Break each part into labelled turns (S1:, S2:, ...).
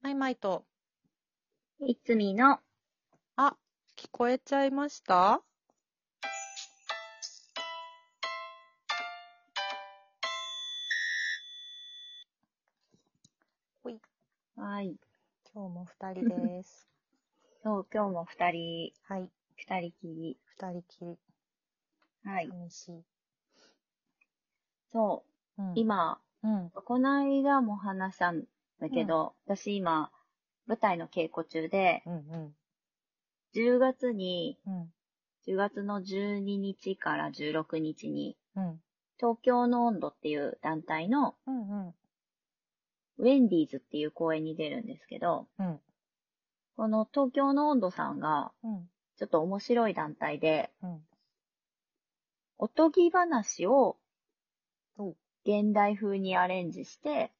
S1: マイマイと、
S2: いつみの、
S1: あ、聞こえちゃいました
S2: はい。
S1: 今日も二人です。
S2: そう、今日も二人、
S1: はい、
S2: 二人きり。
S1: 二人きり、
S2: はい。
S1: 寂しい。
S2: そう、
S1: うん、
S2: 今、
S1: うん、
S2: こないだも話したんだけど、私今、舞台の稽古中で、
S1: うん、うん、
S2: 10月に、
S1: うん、
S2: 10月の12日から16日に、
S1: うん、
S2: 東京の温度っていう団体の、
S1: うん、うん、
S2: ウェンディーズっていう公演に出るんですけど、
S1: うん、
S2: この東京の温度さんが、
S1: うん、
S2: ちょっと面白い団体で、
S1: うん、
S2: おとぎ話を
S1: お
S2: 現代風にアレンジして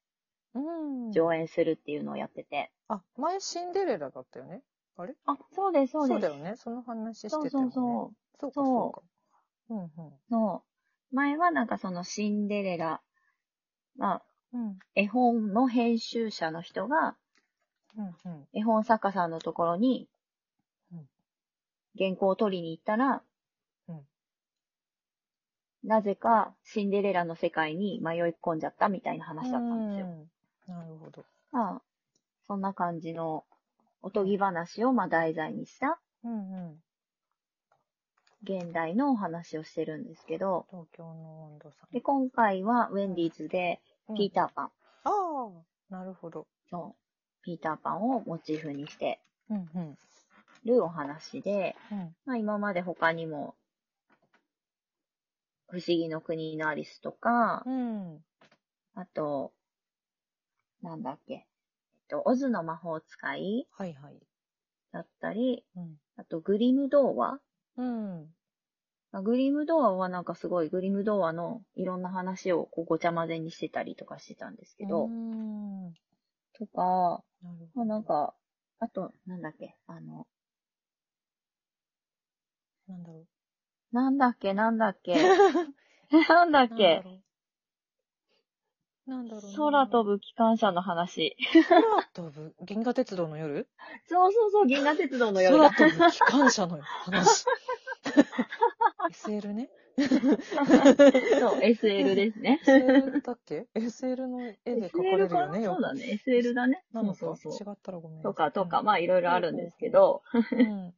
S1: うん。
S2: 上演するっていうのをやってて。
S1: あ、前シンデレラだったよね。あれ
S2: あ、そうです、そうです。
S1: だよね。その話してた
S2: そ
S1: よ
S2: う
S1: ね。
S2: そ
S1: そう
S2: うそう
S1: か、そうか。うん、
S2: そう。前はなんかそのシンデレラ、まあ、
S1: うん、うん、
S2: 絵本の編集者の人が
S1: うん、うん、
S2: 絵本作家さんのところに
S1: うん
S2: 原稿を取りに行ったら、
S1: うん
S2: なぜかシンデレラの世界に迷い込んじゃったみたいな話だったんですよ。
S1: うん。なるほど。
S2: まあ、そんな感じのおとぎ話をまあ題材にした
S1: うん、うん。
S2: 現代のお話をしてるんですけど、
S1: 東京の温度さん。
S2: で、今回はウェンディーズで
S1: うん
S2: ピーターパン、
S1: ああ、なるほど。
S2: そう、ピーターパンをモチーフにして
S1: うん、うん、
S2: るお話で、
S1: うん、
S2: まあ今まで他にも、不思議の国のアリスとか、
S1: うん、
S2: あと、なんだっけ、えっと、オズの魔法使い
S1: はい、はい。
S2: だったり、
S1: うん、
S2: あとグリム童話
S1: うん。
S2: まあグリム童話はなんかすごいグリム童話のいろんな話をこうごちゃ混ぜにしてたりとかしてたんですけど、
S1: うーんな
S2: とか、
S1: る
S2: ま
S1: ほど。
S2: あなんか、あと、なんだっけ、あの、
S1: なんだろ
S2: なんだっけ、なんだっ
S1: う。
S2: け、なんだ
S1: なんだ
S2: っけ、
S1: ろう。なんだろうな。
S2: 空飛ぶ機関車の話。
S1: 空飛ぶ。銀河鉄道の夜
S2: そうそうそう、銀河鉄道の夜
S1: 空
S2: だ。
S1: 飛ぶ機関車の 話。SL ね。
S2: そう、SL です ね。
S1: SL だっけ ?SL の絵で描かれ
S2: SL
S1: る
S2: か
S1: よ
S2: な
S1: ね、よ
S2: そう
S1: く。
S2: だね、SL だね。
S1: な
S2: そ
S1: の
S2: う
S1: か
S2: そう
S1: 違
S2: そう。
S1: ったらごめんな
S2: と
S1: さい。
S2: か、とか、まあいろいろあるんですけど、
S1: うん。うん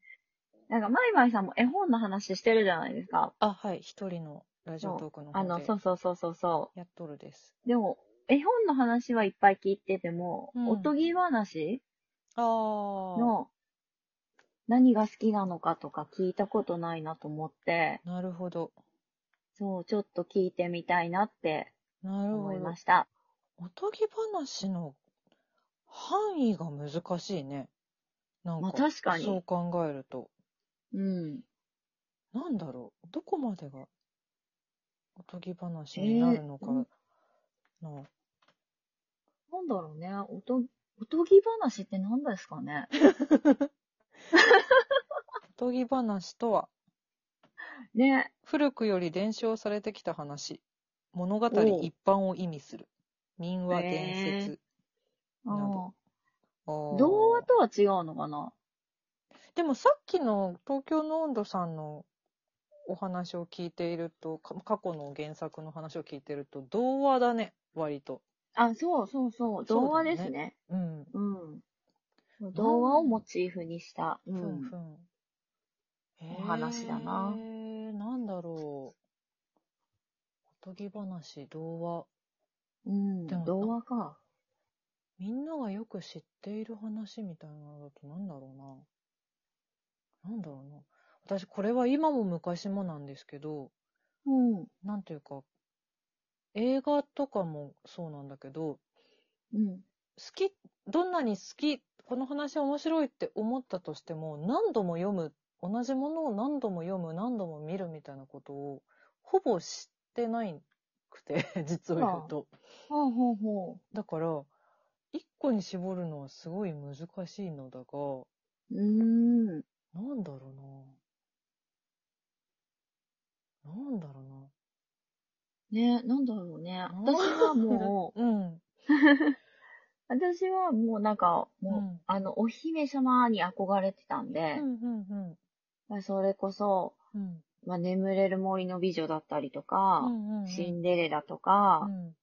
S2: なんか、まいまいさんも絵本の話してるじゃないですか。
S1: あ、はい。一人のラジオトークの
S2: あ
S1: 方
S2: の、
S1: で
S2: そうそうそうそうそう。
S1: やっとるです。
S2: でも、絵本の話はいっぱい聞いてても、
S1: うん
S2: おとぎ話
S1: ああ。
S2: の何が好きなのかとか聞いたことないなと思って、
S1: なるほど。
S2: そう、ちょっと聞いてみたいなって
S1: なる
S2: 思
S1: ほ
S2: い
S1: ど
S2: ま。した。
S1: おとぎ話の範囲が難しいね。なんか、
S2: まあ確かに
S1: そう考えると。
S2: うん。
S1: なんだろう、どこまでがおとぎ話になるのか
S2: えー
S1: な。
S2: なんだろうね、おと、おとぎ話って何ですかね
S1: おとぎ話とは、
S2: ね、
S1: 古くより伝承されてきた話、物語
S2: おう
S1: 一般を意味する、民話伝説。
S2: あ
S1: なる
S2: の、
S1: あー
S2: 童話とは違うのかな
S1: でもさっきの東京の温度さんのお話を聞いていると、か過去の原作の話を聞いていると、童話だね、割と。
S2: あ、そうそうそ
S1: そう
S2: う、
S1: だよね
S2: 童話ですね。
S1: うん。
S2: うん。童話をモチーフにした。う
S1: ふん
S2: ん
S1: ふ。ん。
S2: お話だな
S1: えー、なんだろう。おとぎ話、童話。
S2: うん、
S1: でも
S2: 童話か。
S1: みんながよく知っている話みたいなのだとなんだろうな。なんだろうな。私、これは今も昔もなんですけど、
S2: うん。
S1: なんていうか、映画とかもそうなんだけど、
S2: うん。
S1: 好き、どんなに好き、この話面白いって思ったとしても、何度も読む、同じものを何度も読む、何度も見るみたいなことを、ほぼ知ってないくて、 実を言うと。
S2: ほうほうほ
S1: だから、一個に絞るのはすごい難しいのだが、
S2: う。うーん。
S1: なんだろうな。なんだろう
S2: ね、なんだろうね。
S1: な。
S2: 私はも
S1: う、うん。
S2: 私はもうなんか、もう、
S1: うん
S2: あの、お姫様に憧れてたんで
S1: うん、うん
S2: まあそれこそ、
S1: うんうん
S2: まあ、眠れる森の美女だったりと
S1: う
S2: か、
S1: んうんうん
S2: シンデレラとか、
S1: うん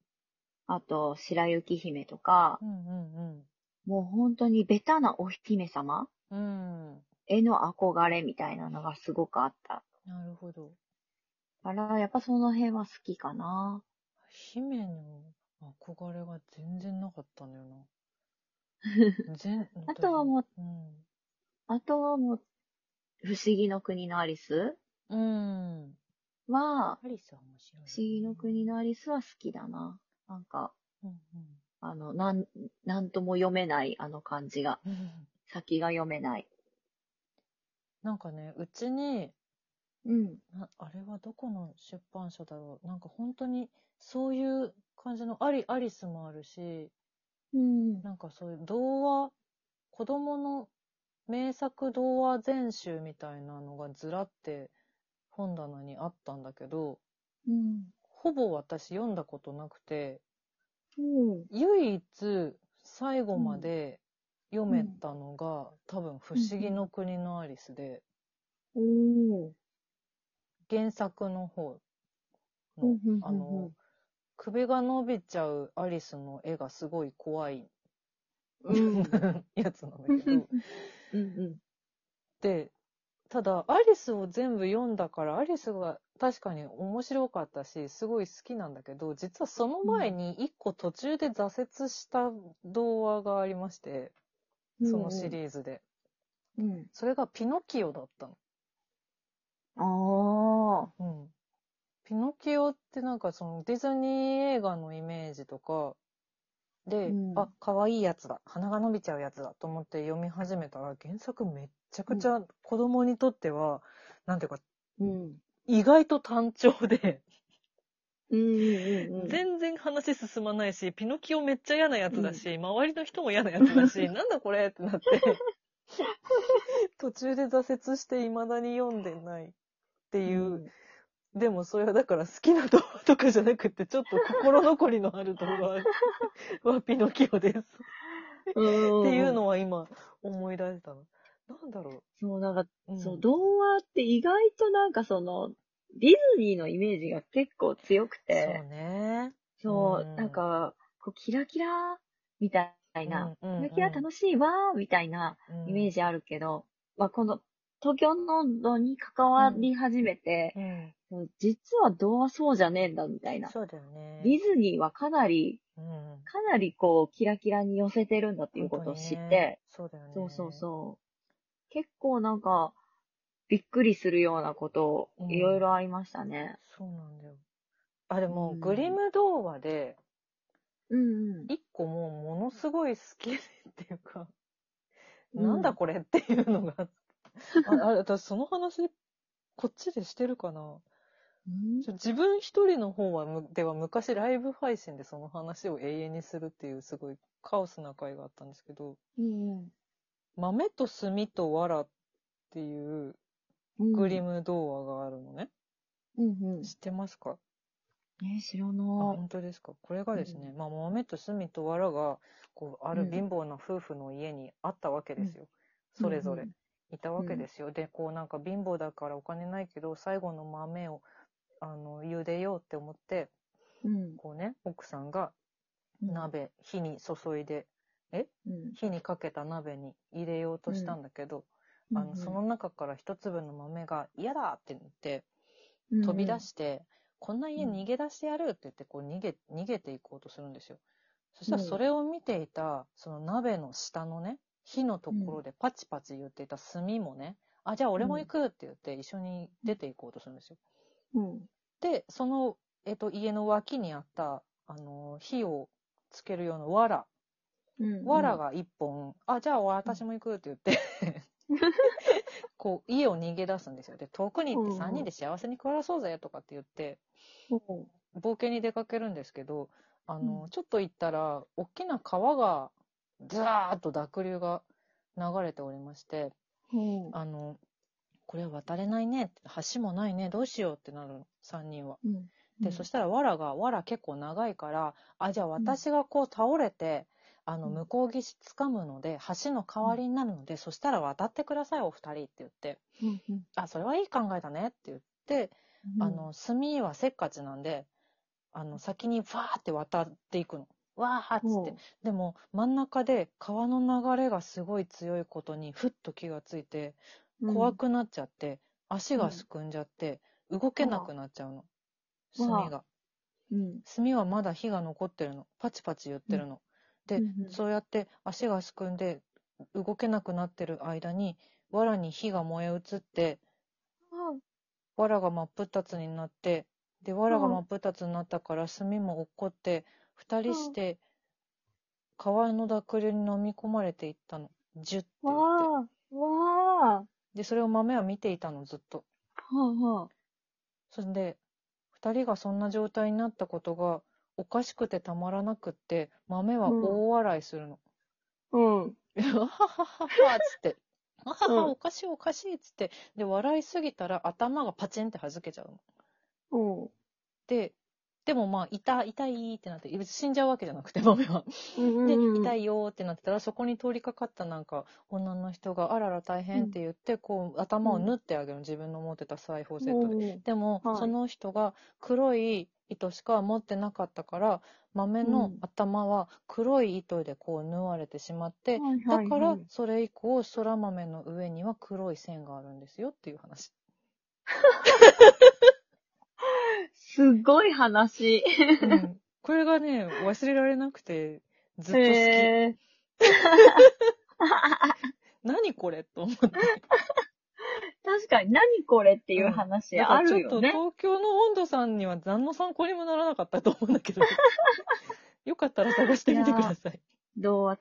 S2: あと、白雪姫とか
S1: う、んうん
S2: もう本当にベタなお姫様
S1: うんうん
S2: への憧れみたいなのがすごくあった。
S1: なるほど
S2: だから、やっぱその辺は好きかな。
S1: 姫の憧れが全然なかったんだよな 全
S2: あとはもう、
S1: うん
S2: あとはもう、不思議の国のアリス
S1: うん。
S2: は、
S1: アリスは面白い。
S2: 不思議の。国のアリスは好きだな。なんか、
S1: うん
S2: あの、なん、なんとも読めない、あの感じが。
S1: うん。
S2: 先が読めない。
S1: なんかね、うちに、
S2: うん。
S1: なあれはどこの出版社だろう。なんか本当に、そういう感じの、アリ、アリスもあるし、
S2: うん。
S1: なんかそういう童話、子供の名作童話全集みたいなのがずらって本棚にあったんだけど、
S2: うん。
S1: ほぼ私読んだことなくて、
S2: うん。
S1: 唯一最後まで読めたのが、多分「不思議の国のアリスで」
S2: おー
S1: 原作の方
S2: う
S1: の
S2: んうんうんうん
S1: あの首が伸びちゃうアリスの絵がすごい怖い
S2: うん。
S1: やつなんだけど
S2: うん。
S1: でただアリスを全部読んだからアリスが確かに面白かったしすごい好きなんだけど実はその前に一個途中で挫折した童話がありましてそのシリーズで。
S2: うん。
S1: それがピノキオだったの。
S2: ああ。
S1: うん。ピノキオってなんかそのディズニー映画のイメージとか、で、
S2: うん
S1: あ、可愛いやつだ。鼻が伸びちゃうやつだと思って読み始めたら原作めっちゃくちゃ子供にとっては、なんていうか、
S2: うん。
S1: 意外と単調で、
S2: うんうんうん。
S1: 全然話進まないし、ピノキオめっちゃ嫌なやつだし、周りの人も嫌なやつ だし、なんだこれってなって、途中で挫折して未だに読んでないっていう、でもそれはだから好きな動画とかじゃなくて、ちょっと心残りのある動 画はピノキオです。
S2: うん。
S1: っていうのは今思い出したの。なんだろ
S2: そう、なんか、
S1: う。うん、
S2: そう、童話って意外となんかその、ディズニーのイメージが結構強く
S1: そう
S2: て、
S1: ね。
S2: そう、
S1: うん
S2: なんか、こう、キラキラみたいな、
S1: うんうんうん
S2: キラキラ楽しいわーみたいなイメー
S1: ジ。
S2: ジあるけど、まあ、この、東京の度に関わり始めて、
S1: うん。
S2: そう実は童話そうじゃねえんだみたいな。
S1: そうだよね。
S2: ディズニーはかなり、
S1: うん。
S2: かなりこう、キラキラに寄せてるんだっていうことを知
S1: 本当に
S2: って、
S1: ね。そうだよね。
S2: そうそうそう。結構なんか、びっくりするようなこと
S1: う、ん
S2: いろいろありましたね。
S1: そうなんだよ。あ、でも、
S2: うん
S1: グリム童話で、
S2: うんうん。
S1: 一個もうものすごい好きっていうか、
S2: うん
S1: なんだこれっていう のがあって、あ、あ私その話、こっちでしてるかなちょ自分一人の方はむ、では昔ライブ配信でその話を永遠にするっていうすごいカオスな回があったんですけど、
S2: うん
S1: 豆と炭と藁っていう
S2: うん。
S1: グリム童話があるのね。
S2: うんうん。
S1: 知ってますか
S2: ね、知ら
S1: あ
S2: ない。
S1: 本当ですか。これがですね、まあ、豆と炭と藁が、こう、ある貧乏な夫婦の家にあったわけですよ。それぞれ
S2: うん。
S1: いたわけですよ。で、こう、なんか貧乏だからお金ないけど、最後の豆を、あの、茹でようって思って、
S2: うん。
S1: こうね、奥さんが
S2: うん。
S1: 鍋、火に注いで、
S2: うん。
S1: 火にかけた鍋に入れようとしたんだけど、あの、その中から一粒の豆が嫌だって言って、
S2: うん、
S1: 飛び出して、こんな家
S2: うん
S1: 逃げ出してやるって言って、こう逃げ、逃げていこうとするんですよ。そしたら
S2: うん
S1: それを見ていた、その鍋の下のね、火のところでパチパチ言っていた炭もね、あ、じゃあ俺も行くって言って一緒に出ていこうとするんですよ。
S2: うん。
S1: で、その、えっと、家の脇にあった、あの、火をつける用の藁。
S2: うん。
S1: 藁。が一本、あ、じゃあ私も行くって言っ て、こう、家を逃げ出すんですよ。で、遠くに行って
S2: うん
S1: 3人で幸せに暮らそうぜとかって言って、
S2: そ
S1: 冒険に出かけるんですけど、あの、
S2: うん
S1: ちょっと行ったら、大きな川が、ずらーっと濁流が流れておりまして、
S2: う。うん。
S1: あの、これは渡れないね、橋もないね、どうしようってなるの、3人は。
S2: うん。
S1: で、そしたら藁が、藁結構長いから、あ、じゃあ私がこう倒れて、あの
S2: うん
S1: 向こう岸つかむので橋の代わりになるので、そしたら渡ってくださいお二人って言って
S2: うんうん
S1: 「あそれはいい考えだね」って言って、あの墨はせっかちなんであの先にファーって渡っていくの。わーっつってでも真ん中で川の流れがすごい強いことにふっと気がついて怖、くなっちゃって、足がすくんじゃって動けなくなっちゃうの炭が
S2: うんうん
S1: 炭はまだ火が残ってるのパチパチ言ってるの、で、
S2: うんうん
S1: そうやって足がすくんで動けなくなってる間に藁に火が燃え移って藁が真っ二つになってで藁が真っ二つになったから炭も落っこって二人して川の濁流に飲み込まれていったのジュッて言って
S2: わあ、わあ、
S1: でそれを豆は見ていたのずっと
S2: はあはあ。
S1: そんで2人がそんな状態になったことがおかしくてたまらなくって豆は大笑いす るの。
S2: うん。
S1: わははははつって。わははおかしいおかしいっつって。で笑いすぎたら頭がパチンって弾けちゃうの。
S2: うん。
S1: ででもまあ痛い痛いってなって別に死んじゃうわけじゃなくて 豆は。で痛
S2: い。
S1: いよーってなってたらそこに通りかかったなんか女の人が「あらら大変」って言ってこう頭を縫ってあげるの自分の持ってた裁縫セットで。でも、
S2: はい
S1: その人が黒い糸しか持ってなかったから豆の
S2: うん
S1: 頭は黒い糸でこう縫われてしまって、だからそれ以降そら豆の上には黒い線があるんですよっていう 話。
S2: すごい話。
S1: うんこれがね忘れられなくてずっと好き。
S2: へえ
S1: 何これと思って。
S2: 確かに、何これっていう話ある
S1: だか
S2: よ
S1: ら
S2: ね
S1: ち。ょっと東京の温度さんには何の参考 にもならなかったと思うんだけど。よかったら探してみてください。
S2: 童話